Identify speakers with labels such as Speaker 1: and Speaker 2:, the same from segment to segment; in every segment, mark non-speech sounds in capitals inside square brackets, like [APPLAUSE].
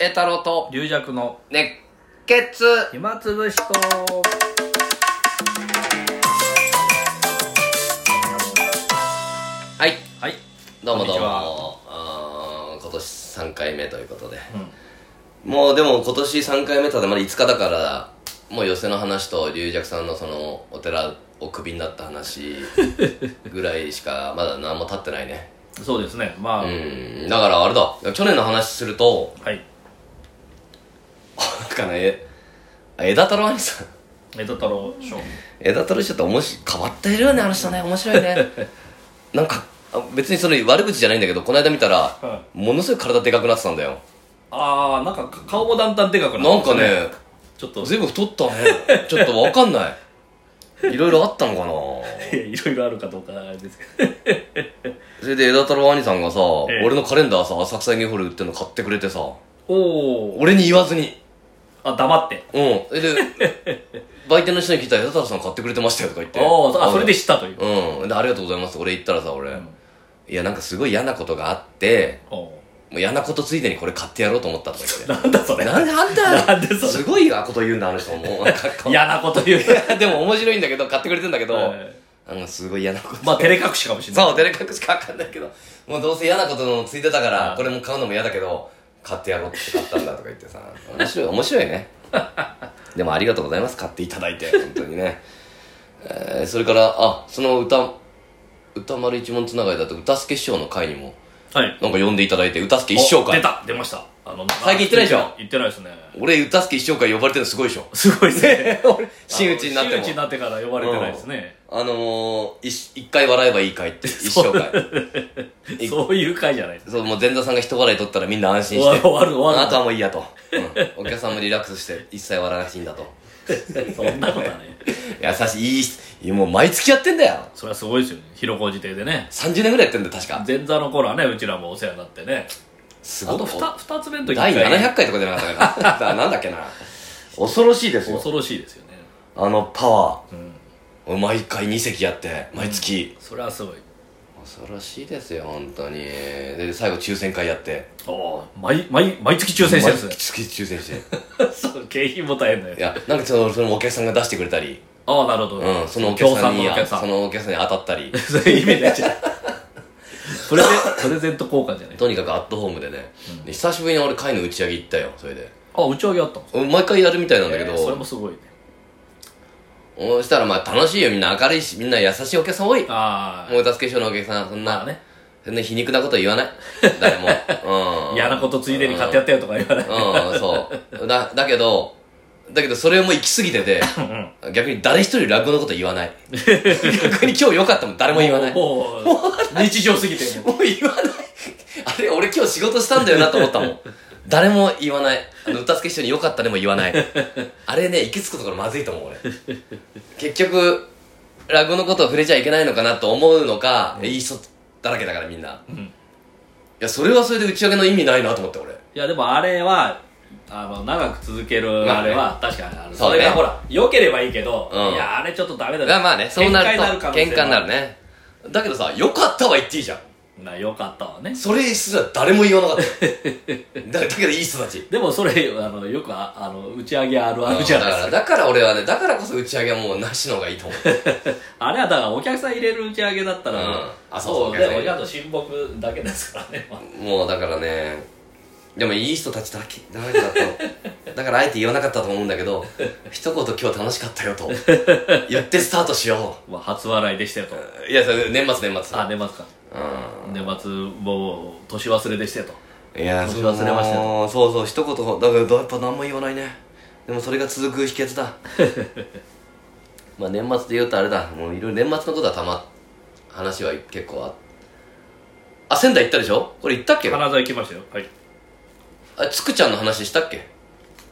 Speaker 1: 栄太郎と
Speaker 2: 龍弱の
Speaker 1: 熱血
Speaker 2: 暇つぶしと
Speaker 1: はい
Speaker 2: はい
Speaker 1: どうもど
Speaker 2: こんに
Speaker 1: う
Speaker 2: ちは
Speaker 1: もあー今年3回目ということで
Speaker 2: うん
Speaker 1: もうでも今年3回目ただまだ5日だからもう寄せの話と龍尺さんのそのお寺をクビになった
Speaker 2: [LAUGHS]
Speaker 1: 話ぐらいしかまだ何も経ってないね
Speaker 2: そうですねまあ、
Speaker 1: うんだからあれだ去年の話すると
Speaker 2: はい
Speaker 1: なんかね枝太郎兄さん
Speaker 2: 江戸太郎賞
Speaker 1: 枝太郎ちょっと面白い変わってるよねあの人ね面白いねなんかあ別にそれ悪口じゃないんだけどこの間見たら、
Speaker 2: は
Speaker 1: ものすごい体でかくなってたんだよ
Speaker 2: ああなんか顔もだんだんでかくなって
Speaker 1: なんか
Speaker 2: きた
Speaker 1: ね
Speaker 2: ちょっと [LAUGHS]
Speaker 1: 随分太ったねちょっとわかんないいろいろあったのかない
Speaker 2: やいろいろあるかどうかあれですけど
Speaker 1: それで枝太郎兄さんがさ、
Speaker 2: ええ
Speaker 1: 俺のカレンダーさ浅草演芸ホール売ってるの買ってくれてさ
Speaker 2: おお
Speaker 1: 俺に言わずに
Speaker 2: あ黙って
Speaker 1: うんそれで
Speaker 2: [LAUGHS]
Speaker 1: 売店の人に聞いたら枝太郎さん買ってくれてましたよとか言って
Speaker 2: おおあそれで知ったという
Speaker 1: うんでありがとうございます俺言ったらさ俺、
Speaker 2: ん
Speaker 1: いやなんかすごい嫌なことがあって
Speaker 2: おお
Speaker 1: もう嫌なことついでにこれ買ってやろうと思ったとか言っ
Speaker 2: [LAUGHS] なんだそ
Speaker 1: て
Speaker 2: れ
Speaker 1: なんであんた
Speaker 2: なんです
Speaker 1: ごい嫌なこと言うんだあの人
Speaker 2: [LAUGHS]
Speaker 1: もうなんかこう
Speaker 2: 嫌なこと言う
Speaker 1: いや [LAUGHS] でも面白いんだけど買ってくれてんだけど、
Speaker 2: はい
Speaker 1: なんかすごい嫌なこと
Speaker 2: まあ照れ隠しかもしれない
Speaker 1: そう照れ隠しかわかんないけどもうどうせ嫌なことのついてたか
Speaker 2: は
Speaker 1: ら
Speaker 2: い
Speaker 1: これも買うのも嫌だけど買ってやろうって買ったんだとか言ってさ面白い面白いね [LAUGHS] でもありがとうございます買っていただいて本当にね、えーそれからあその歌歌丸一門つながりだと歌助師匠の会にも
Speaker 2: はい
Speaker 1: なんか呼んでいただいて歌助一生
Speaker 2: お出
Speaker 1: 会
Speaker 2: た出ましたあの
Speaker 1: 最近行ってないでしょ
Speaker 2: 言ってないですね
Speaker 1: 俺歌助一生会呼ばれてるのすごいでしょ
Speaker 2: すごいです
Speaker 1: [LAUGHS]
Speaker 2: ね
Speaker 1: 真打ちになって
Speaker 2: 真打ちに
Speaker 1: も
Speaker 2: なってから呼ばれてないですね
Speaker 1: あのー、一一回笑えばいい会
Speaker 2: [LAUGHS]
Speaker 1: って一生会い
Speaker 2: そういう回じゃないです
Speaker 1: そう、もう前座さんが一笑い取ったらみんな安心
Speaker 2: 終 [LAUGHS]
Speaker 1: し
Speaker 2: わ
Speaker 1: て
Speaker 2: る。終わる終わ
Speaker 1: あ
Speaker 2: る
Speaker 1: とはもういいやと、うんお客さんもリラックスして一切笑わなくていいんだと
Speaker 2: [LAUGHS] そんなことはね。
Speaker 1: 優しいいいいいもう毎月やってんだよ
Speaker 2: それはすごいですよね。広小辞典でね。
Speaker 1: 30年ぐらいやってんだよ確か
Speaker 2: 前座の頃はね、うちらもお世話になってね。
Speaker 1: す
Speaker 2: あ
Speaker 1: ごい
Speaker 2: と二二つ目の時
Speaker 1: 第
Speaker 2: 一回
Speaker 1: 700回とかじゃなか
Speaker 2: [LAUGHS]
Speaker 1: ったかなだなんだっけな恐ろしいですよ
Speaker 2: 恐ろしいですよね。
Speaker 1: あのパワ
Speaker 2: うん。
Speaker 1: ー毎回2席やって毎月、
Speaker 2: それはすごい。
Speaker 1: 恐ろしいですよ本当にで最後抽選会やって
Speaker 2: おお毎、毎、毎月抽選してるん
Speaker 1: 毎
Speaker 2: です
Speaker 1: 月抽選して
Speaker 2: ね。 [LAUGHS] そう、景品も大変だ
Speaker 1: い
Speaker 2: よ。
Speaker 1: やなんかそのそのお客さんが出してくれたり、
Speaker 2: ああ、なるほど。
Speaker 1: うん、そのお客さんに
Speaker 2: 協賛のお客さ
Speaker 1: そ
Speaker 2: ん。
Speaker 1: のお客さんに当たった
Speaker 2: [LAUGHS]
Speaker 1: り
Speaker 2: そういう意味でじゃプレゼン、プレゼント交換じゃない。
Speaker 1: とにかくアットホームでね、で久しぶりに俺会の打ち上げ行ったよそれで
Speaker 2: あ、打ち上げあったんですか
Speaker 1: 毎回やるみたいなんだけど、
Speaker 2: えーそれもすごいね。
Speaker 1: そしたらまあ楽しいよみんな明るいしみんな優しいお客さん多いも
Speaker 2: あ
Speaker 1: う助け賞のお客さんそん
Speaker 2: あ。
Speaker 1: な、
Speaker 2: ね。
Speaker 1: そんな皮肉なこと言わない誰
Speaker 2: [LAUGHS]
Speaker 1: もうん
Speaker 2: 嫌なことついでに買ってやってよとか言わない。
Speaker 1: うんそうだだけどだけどそれも行き過ぎてて
Speaker 2: うん。
Speaker 1: 逆に誰一人落語のこと言わない [LAUGHS] 逆に今日良かったもん誰も言わないも
Speaker 2: もう日常すぎ
Speaker 1: [LAUGHS]
Speaker 2: てる。
Speaker 1: う言わないあれ俺今日仕事したんだよなと思ったもん誰も言わないあの歌助師匠に良かったでも言わないあれね行き着くところまずいと思う俺結局落語のことを触れちゃいけないのかなと思うのか、いい人だらけだからみんな、
Speaker 2: ん
Speaker 1: いやそれはそれで打ち上げの意味ないなと思って俺
Speaker 2: いやでもあれはあの長く続ける
Speaker 1: まあ
Speaker 2: あ
Speaker 1: ね
Speaker 2: れは確かにある
Speaker 1: そう
Speaker 2: そ
Speaker 1: ね
Speaker 2: れがほら良ければいいけど
Speaker 1: うん
Speaker 2: いやあれちょっとダメだ
Speaker 1: まあまあねそうなると
Speaker 2: 喧
Speaker 1: 喧嘩
Speaker 2: 嘩
Speaker 1: に
Speaker 2: に
Speaker 1: な
Speaker 2: な
Speaker 1: る
Speaker 2: る
Speaker 1: ねだけどさ「良かった」は言っていいじゃん
Speaker 2: なよかったわね
Speaker 1: それすら誰も言わなか [LAUGHS] ったよだだけどいい人たち
Speaker 2: でもそれあのよくああの打ち上げあるあ
Speaker 1: うん
Speaker 2: る
Speaker 1: だ
Speaker 2: じゃ
Speaker 1: か
Speaker 2: ないです
Speaker 1: らだ
Speaker 2: か
Speaker 1: から俺はねだからこそ打ち上げはもうなしの方がいいと思う
Speaker 2: あれはだからお客さん入れる打ち上げだったら
Speaker 1: うんあそう
Speaker 2: そう
Speaker 1: お
Speaker 2: で
Speaker 1: 客さん入れる
Speaker 2: お客さん親睦だけですからねまあ
Speaker 1: [LAUGHS] もうだからねでもいい人たちだけだけだとだからあえて言わなかったと思うんだけど一言今日楽しかったよと言ってスタートしよ
Speaker 2: まあ初笑いでしたよと
Speaker 1: ういやそれ年末年末
Speaker 2: あ年末か年末もう年忘れでしたよと
Speaker 1: うんいや
Speaker 2: 年
Speaker 1: そ
Speaker 2: 忘れましたよ
Speaker 1: もうそうそう一言だからやっぱ何も言わないねでもそれが続く秘訣だ [LAUGHS] まあ年末で言うとあれだもういろいろ年末のことはたま話は結構ああ仙台行ったでしょこれ行ったっけあ
Speaker 2: 金沢行きましたよはい
Speaker 1: つくちゃんの話したっけ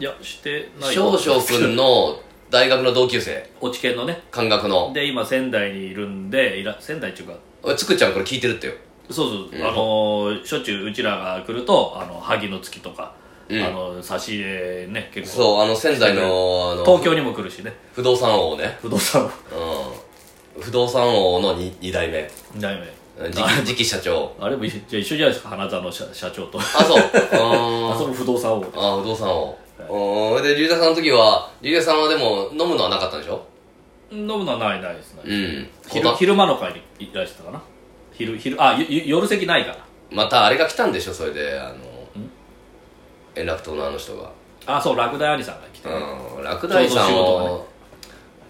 Speaker 2: いやしてない
Speaker 1: 少々
Speaker 2: [LAUGHS]
Speaker 1: 君の大学の同級生
Speaker 2: 落ち券のね
Speaker 1: 感覚の
Speaker 2: で今仙台にいるんでいら仙台っていうか
Speaker 1: おいつくちゃんこれ聞いてるってよ
Speaker 2: そうそう、あのーしょっちゅううちらが来るとあの萩の月とか、
Speaker 1: うん
Speaker 2: あの差し入れね結構
Speaker 1: そうあの仙台のあの
Speaker 2: 東京にも来るしね
Speaker 1: 不動産王ね
Speaker 2: 不動産
Speaker 1: うん不動産王の 2, 二代目
Speaker 2: だよね
Speaker 1: 次期次期社長
Speaker 2: [LAUGHS] あれも一緒じゃあ一緒じゃないですか花座の社社長と
Speaker 1: あそううーん
Speaker 2: あそこ不動産王こで
Speaker 1: ああ、不動産を。おーで、龍太さんの時は、龍太さんはでも飲むのはなかったんでしょ
Speaker 2: 飲むのはないないですね、
Speaker 1: うん。こ
Speaker 2: 昼
Speaker 1: た
Speaker 2: 昼間の会にいらしてたかな昼昼あゆゆ夜席ないから
Speaker 1: またあれが来たんでしょそれで、あの、円楽党のあの人が。
Speaker 2: あそう落第兄さんが来て、
Speaker 1: うん、落第さん
Speaker 2: ちょ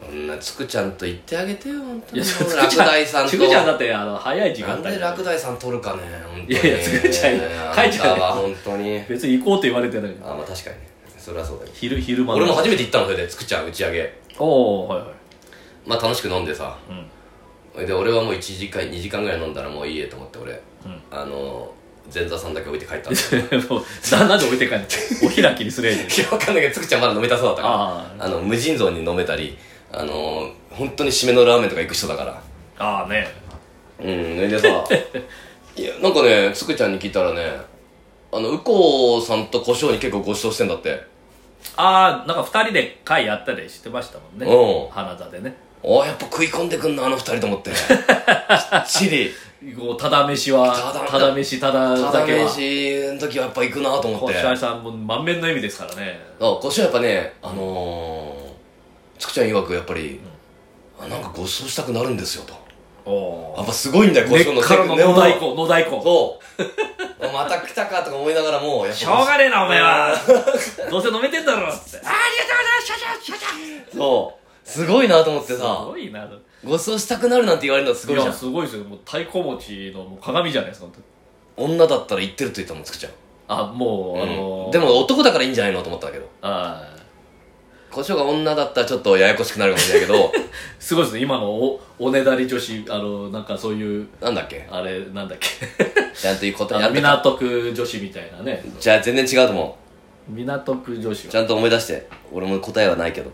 Speaker 2: うど
Speaker 1: を、そ
Speaker 2: 仕
Speaker 1: んなつくちゃんと言ってあげてよ、本当
Speaker 2: い
Speaker 1: に。
Speaker 2: やつくちゃん
Speaker 1: 落第さんと
Speaker 2: つ。くちゃんだってあの早い時間
Speaker 1: なん
Speaker 2: 帯
Speaker 1: で落第さん取るかね、本当に。
Speaker 2: いやいやつくちゃん書いちゃ
Speaker 1: あ
Speaker 2: うよ
Speaker 1: んたは本当に。
Speaker 2: 別に行こうと言われてない
Speaker 1: あ、まあ確かにね。それはそうだけど。
Speaker 2: 昼昼間の
Speaker 1: 俺も初めて行ったの、それで、つくちゃん打ち上げ。
Speaker 2: おおはいはい
Speaker 1: まあ楽しく飲んでさ。
Speaker 2: うん
Speaker 1: で俺はもう1時間2時間ぐらい飲んだらもういいえと思って俺、
Speaker 2: ん
Speaker 1: あの前座さんだけ置いて帰ったんだ
Speaker 2: [LAUGHS] もうななんで置いてかんのお開きにすれゃいいのに
Speaker 1: い [LAUGHS] やわかんないけどつくちゃんまだ飲めたそうだったから
Speaker 2: あ
Speaker 1: あの無尽蔵に飲めたりあの本当に締めのラーメンとか行く人だから
Speaker 2: あああね
Speaker 1: うんそれで
Speaker 2: [LAUGHS]
Speaker 1: さいやなんかねつくちゃんに聞いたらねあの右近さんと胡椒に結構ご馳走してんだって
Speaker 2: ああなんか2人で会やったりしてましたもんね
Speaker 1: うん
Speaker 2: 花座でね
Speaker 1: ああやっぱ食い込んでくんなあの二人と思ってきっち
Speaker 2: [LAUGHS]
Speaker 1: り
Speaker 2: こうただ飯は
Speaker 1: ただ
Speaker 2: ただ飯ただ
Speaker 1: ただ
Speaker 2: 酒は
Speaker 1: 飯の時はやっぱ行くなと思っ
Speaker 2: こ
Speaker 1: て
Speaker 2: しあいさんも満面の笑みですからね
Speaker 1: あこっちはやっぱねあのー、つくちゃん曰くやっぱり、あなんかご馳走したくなるんですよと
Speaker 2: お
Speaker 1: やっ
Speaker 2: お
Speaker 1: ぱすごいんだよ
Speaker 2: 根
Speaker 1: 胡
Speaker 2: っ
Speaker 1: 椒の
Speaker 2: からの野
Speaker 1: 根
Speaker 2: 太
Speaker 1: っこ
Speaker 2: 鼓野太鼓
Speaker 1: そうまた来たかとか思いながらもうやっぱ
Speaker 2: [LAUGHS] しょうがねえなお前 [LAUGHS] はどうせ飲めてんだろっつってああありがとうございますシャシャシャシャ
Speaker 1: そうすごいなと思って
Speaker 2: す
Speaker 1: さ
Speaker 2: ごいなと
Speaker 1: ご馳走したくなるなんて言われるのすごいじゃ
Speaker 2: や
Speaker 1: ん
Speaker 2: すごいですよもう太鼓持ちのもう鏡じゃないですか本当に
Speaker 1: 女だったら言ってると言ったもんつくちゃん、
Speaker 2: あもう、あ
Speaker 1: う
Speaker 2: の
Speaker 1: ん
Speaker 2: ー、
Speaker 1: でも男だからいいんじゃないのと思ったけど
Speaker 2: あー
Speaker 1: 胡椒が女だったらちょっとややこしくなるかもしれないけ
Speaker 2: [LAUGHS]
Speaker 1: ど
Speaker 2: すごいですね今のおおねだり女子あのなんかそういう
Speaker 1: なんだっけ
Speaker 2: あれなんだっけ
Speaker 1: ちゃんと言うこと [LAUGHS]
Speaker 2: あ
Speaker 1: や
Speaker 2: の
Speaker 1: ってた
Speaker 2: 港区女子みたいなね
Speaker 1: じゃあ全然違うと思う
Speaker 2: 港区女子
Speaker 1: ち
Speaker 2: は
Speaker 1: ゃんと思い出して俺も答えはないけど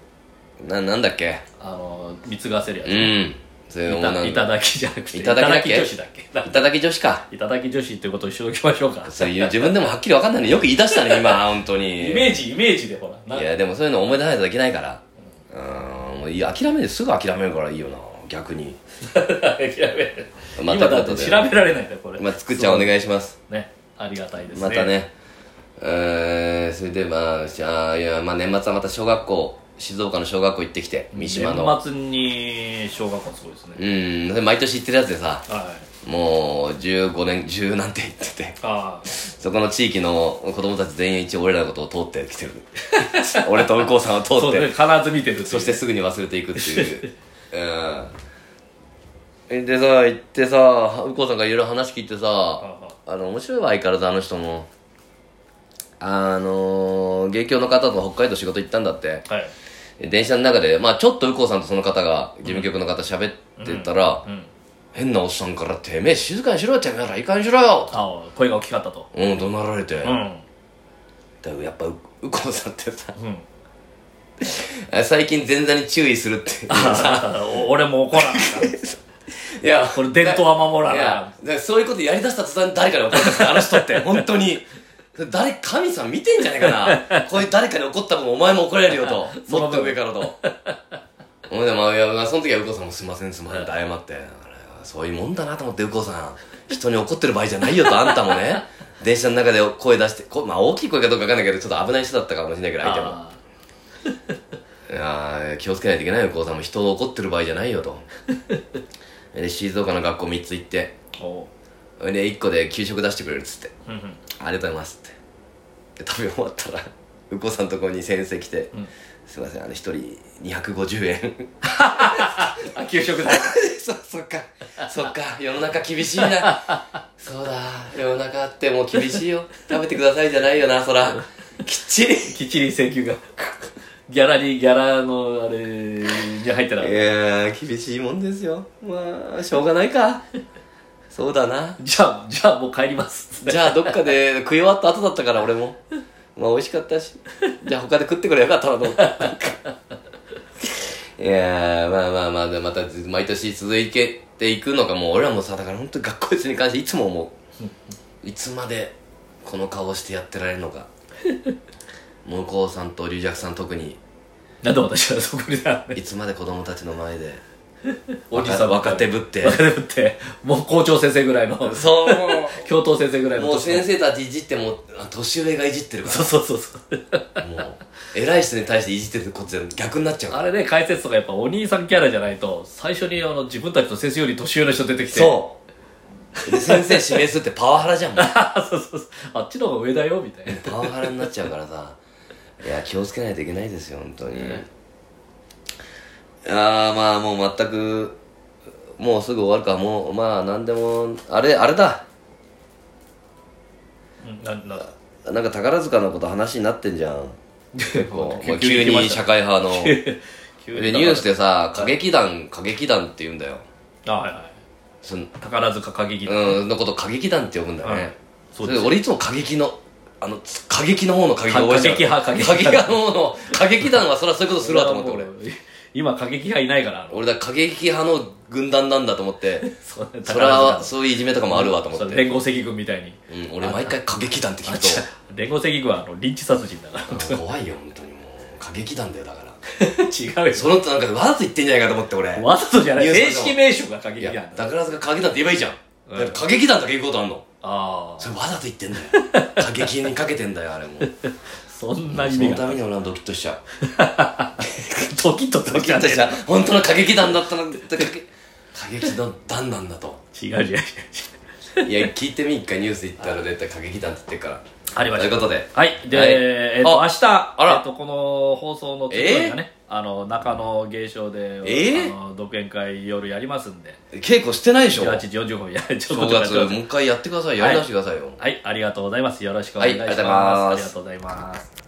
Speaker 1: ななんだっけ
Speaker 2: あの貢がせるや
Speaker 1: う
Speaker 2: つ、
Speaker 1: んそういうの
Speaker 2: い
Speaker 1: も
Speaker 2: た
Speaker 1: なん
Speaker 2: いただきじゃなくて
Speaker 1: いただきだっけ
Speaker 2: い女子だっけ [LAUGHS] なん
Speaker 1: い
Speaker 2: か
Speaker 1: ただき女子か
Speaker 2: いただき女子ってことにしておきましょうか
Speaker 1: そういう自分でもはっきり分かんないのよく言い出したね今本当に
Speaker 2: [LAUGHS] イ
Speaker 1: い
Speaker 2: メージイメージでほらな
Speaker 1: やでもそういうの思い出さないといけないからうんもういい諦めですぐ諦めるからいいよな逆に
Speaker 2: 諦め
Speaker 1: また
Speaker 2: 今だって
Speaker 1: 後で
Speaker 2: 調べられないんだよこれ
Speaker 1: まあつくちゃんお願いします
Speaker 2: ねありがたいですね
Speaker 1: またねえーそれでまあじゃあいやまあ年末はまた小学校静岡の小学校行ってきて三島の
Speaker 2: 年末に小学校すごいですね、
Speaker 1: うんそれ毎年行ってるやつでさ
Speaker 2: はい
Speaker 1: もう15年10なんて言ってて
Speaker 2: ああ
Speaker 1: そこの地域の子供たち全員一応俺らのことを通ってきて
Speaker 2: [LAUGHS]
Speaker 1: る俺と向こうさんを通
Speaker 2: そ
Speaker 1: っ
Speaker 2: う
Speaker 1: て
Speaker 2: ね必ず見てるっていう
Speaker 1: そしてすぐに忘れていくっていう
Speaker 2: [LAUGHS]
Speaker 1: うんでさ行ってさ向こうさんがいろいろ話聞いてさ
Speaker 2: ああ
Speaker 1: あの面白いわ相変わらずあの人もあの芸協の方と北海道仕事行ったんだって
Speaker 2: はい。
Speaker 1: 電車の中でまあちょっと右近さんとその方が事務局の方喋ってたら、
Speaker 2: うん。
Speaker 1: 変なおっさんから「てめえ静かにしろよてめえらいいかにしろよ」
Speaker 2: あ声が大きかったと。
Speaker 1: うん怒鳴られて、
Speaker 2: うん。う
Speaker 1: だからやっぱう右近さんってさ
Speaker 2: ん。
Speaker 1: 最近前座に注意するっていうさ
Speaker 2: お俺も怒らん。
Speaker 1: いや
Speaker 2: これ伝統は守ら
Speaker 1: い
Speaker 2: な
Speaker 1: やだからそういうことやりだした途端に誰かに怒ったんですよあの人
Speaker 2: [LAUGHS]
Speaker 1: って本当に誰神さん見てんじゃねえかなこういう誰かに怒った分お前も怒られるよと
Speaker 2: [LAUGHS] その
Speaker 1: も
Speaker 2: 分
Speaker 1: っと上からとほんでまあいやその時は右近さんも「すいませんすいません」って謝ってあれそういうもんだなと思って右近さん人に怒ってる場合じゃないよとあんたもね電車の中で声出してこまあ大きい声かどうかわかんないけどちょっと危ない人だったかもしれないけど相手も
Speaker 2: あ
Speaker 1: いやー気をつけないといけないよこうさんも人を怒ってる場合じゃないよと
Speaker 2: [LAUGHS]
Speaker 1: で静岡の学校3つ行って
Speaker 2: ーお
Speaker 1: で1個で給食出してくれるっつって
Speaker 2: うんうん。
Speaker 1: 「ありがとうございます」ってで食べ終わったら [LAUGHS] 右近さんのとこに先生来て「
Speaker 2: ん
Speaker 1: すいませんあの1人250円 [LAUGHS]
Speaker 2: あ、給食だ。
Speaker 1: そそっかそっか世の中厳しいなそうだ世の中ってもう厳しいよ食べてくださいじゃないよなそらきっちり
Speaker 2: きっちり請求が。ギャラに、ギャラの、あれ、に入ってなかっ
Speaker 1: い
Speaker 2: た
Speaker 1: やー厳しいもんですよまあしょうがないかそうだな
Speaker 2: じゃあ、じゃあもう帰ります。
Speaker 1: じゃあどっかで食い終わった後だったから俺もまあ美味しかったしじゃあ他で食ってくればよかったわと思っていやーまあまあまあでまた毎年続いていくのがもう俺らもさだから本当に学校一に関していつも思ういつまでこの顔してやってられるのか向こうさんと龍尺さん特に
Speaker 2: なんで私はそこにだ
Speaker 1: いつまで子供たちの前でおじさん若手ぶって
Speaker 2: わかるってもう校長先生ぐらいの
Speaker 1: そう
Speaker 2: 教頭先生ぐらいの
Speaker 1: もう先
Speaker 2: 生
Speaker 1: 生たちいじってもあ年上がいじってるか
Speaker 2: そうそうそうそう
Speaker 1: らもう偉い人に対していじってることじゃ逆になっちゃうから
Speaker 2: あれね解説とかやっぱお兄さんキャラじゃないと最初にあの自分たちの先生より年上の人出てきて
Speaker 1: そうで先生指名するってパワハラじゃんもう
Speaker 2: あ
Speaker 1: [LAUGHS]
Speaker 2: そうそうそうあっちの方が上だよみたいな
Speaker 1: パワハラになっちゃうからさいや気をつけないといけないですよ本当に、
Speaker 2: ね
Speaker 1: ああまあもう全くもうすぐ終わるからもうまあ何でもあれあれだ
Speaker 2: うんなな
Speaker 1: なんか宝塚のこと話になってんじゃん結構
Speaker 2: 急に
Speaker 1: 急
Speaker 2: 来ま
Speaker 1: に
Speaker 2: した
Speaker 1: 社会派の
Speaker 2: [LAUGHS] 急
Speaker 1: でニュース
Speaker 2: で
Speaker 1: でさ歌劇団歌劇団って言うんだよ
Speaker 2: あはいはい
Speaker 1: その,、
Speaker 2: 宝塚歌劇団
Speaker 1: うん、のこと歌劇団って呼ぶんだよね、
Speaker 2: はい
Speaker 1: そ
Speaker 2: そ
Speaker 1: うれ
Speaker 2: です
Speaker 1: で俺いつも歌劇のあのつ歌劇の方の歌劇を覚えて
Speaker 2: か
Speaker 1: 歌
Speaker 2: 過激
Speaker 1: 劇
Speaker 2: 派
Speaker 1: 派の方の歌劇団はそりゃそういうことするわと
Speaker 2: [LAUGHS]
Speaker 1: 思って俺
Speaker 2: 今過激派いないからあの
Speaker 1: 俺だから歌劇派の軍団なんだと思って
Speaker 2: [LAUGHS] そう宝
Speaker 1: そ
Speaker 2: 塚
Speaker 1: れはそういういじめとかもあるわと思
Speaker 2: そ
Speaker 1: っ
Speaker 2: う
Speaker 1: て、
Speaker 2: 連合赤軍みたいに
Speaker 1: うん、俺毎回歌劇団って聞く
Speaker 2: 違う連合赤軍はあのリンチ殺人だ
Speaker 1: [LAUGHS]
Speaker 2: から
Speaker 1: と怖いよ本当にもう歌劇団だよだから
Speaker 2: 違うよ
Speaker 1: そのなんかわざと言ってんじゃないかと思って俺
Speaker 2: わざとじゃない
Speaker 1: ニュー
Speaker 2: 正
Speaker 1: スとかも
Speaker 2: 式名称が過
Speaker 1: い
Speaker 2: 激派
Speaker 1: や
Speaker 2: なんだ
Speaker 1: 宝塚歌劇団って言えばいいじゃん
Speaker 2: うん
Speaker 1: だって歌劇団だけ言うことあんの
Speaker 2: ああ
Speaker 1: それわざと言ってんだよ
Speaker 2: [LAUGHS]
Speaker 1: 過激にかけてんだよあれも
Speaker 2: そんな意
Speaker 1: そ
Speaker 2: 味
Speaker 1: のた
Speaker 2: が
Speaker 1: めに俺はドキッとしちゃう
Speaker 2: ドキッと
Speaker 1: ド
Speaker 2: ド
Speaker 1: キッとしちゃう本当の過激団だったなんて過激過激の団なんだと
Speaker 2: 違う違う違う
Speaker 1: いや聞いてみ一回ニュース行ったら絶対過激団って言ってるから
Speaker 2: ありま
Speaker 1: とい
Speaker 2: し
Speaker 1: う
Speaker 2: た
Speaker 1: ことで
Speaker 2: はいで、
Speaker 1: はい
Speaker 2: えっと明日
Speaker 1: あら
Speaker 2: えっとこの放送の次の日がね、あの中野芸商で、
Speaker 1: えー
Speaker 2: あの独演会夜やりますんで
Speaker 1: 稽古してないでしょ
Speaker 2: 18時45分やるちょっ
Speaker 1: 正
Speaker 2: と待って
Speaker 1: 月
Speaker 2: ください
Speaker 1: もう一回やってくださいやり直してくださいよ
Speaker 2: はいありがとうございますよろしくお願いしま
Speaker 1: は
Speaker 2: す、
Speaker 1: いありがとうございます
Speaker 2: ありがとうございます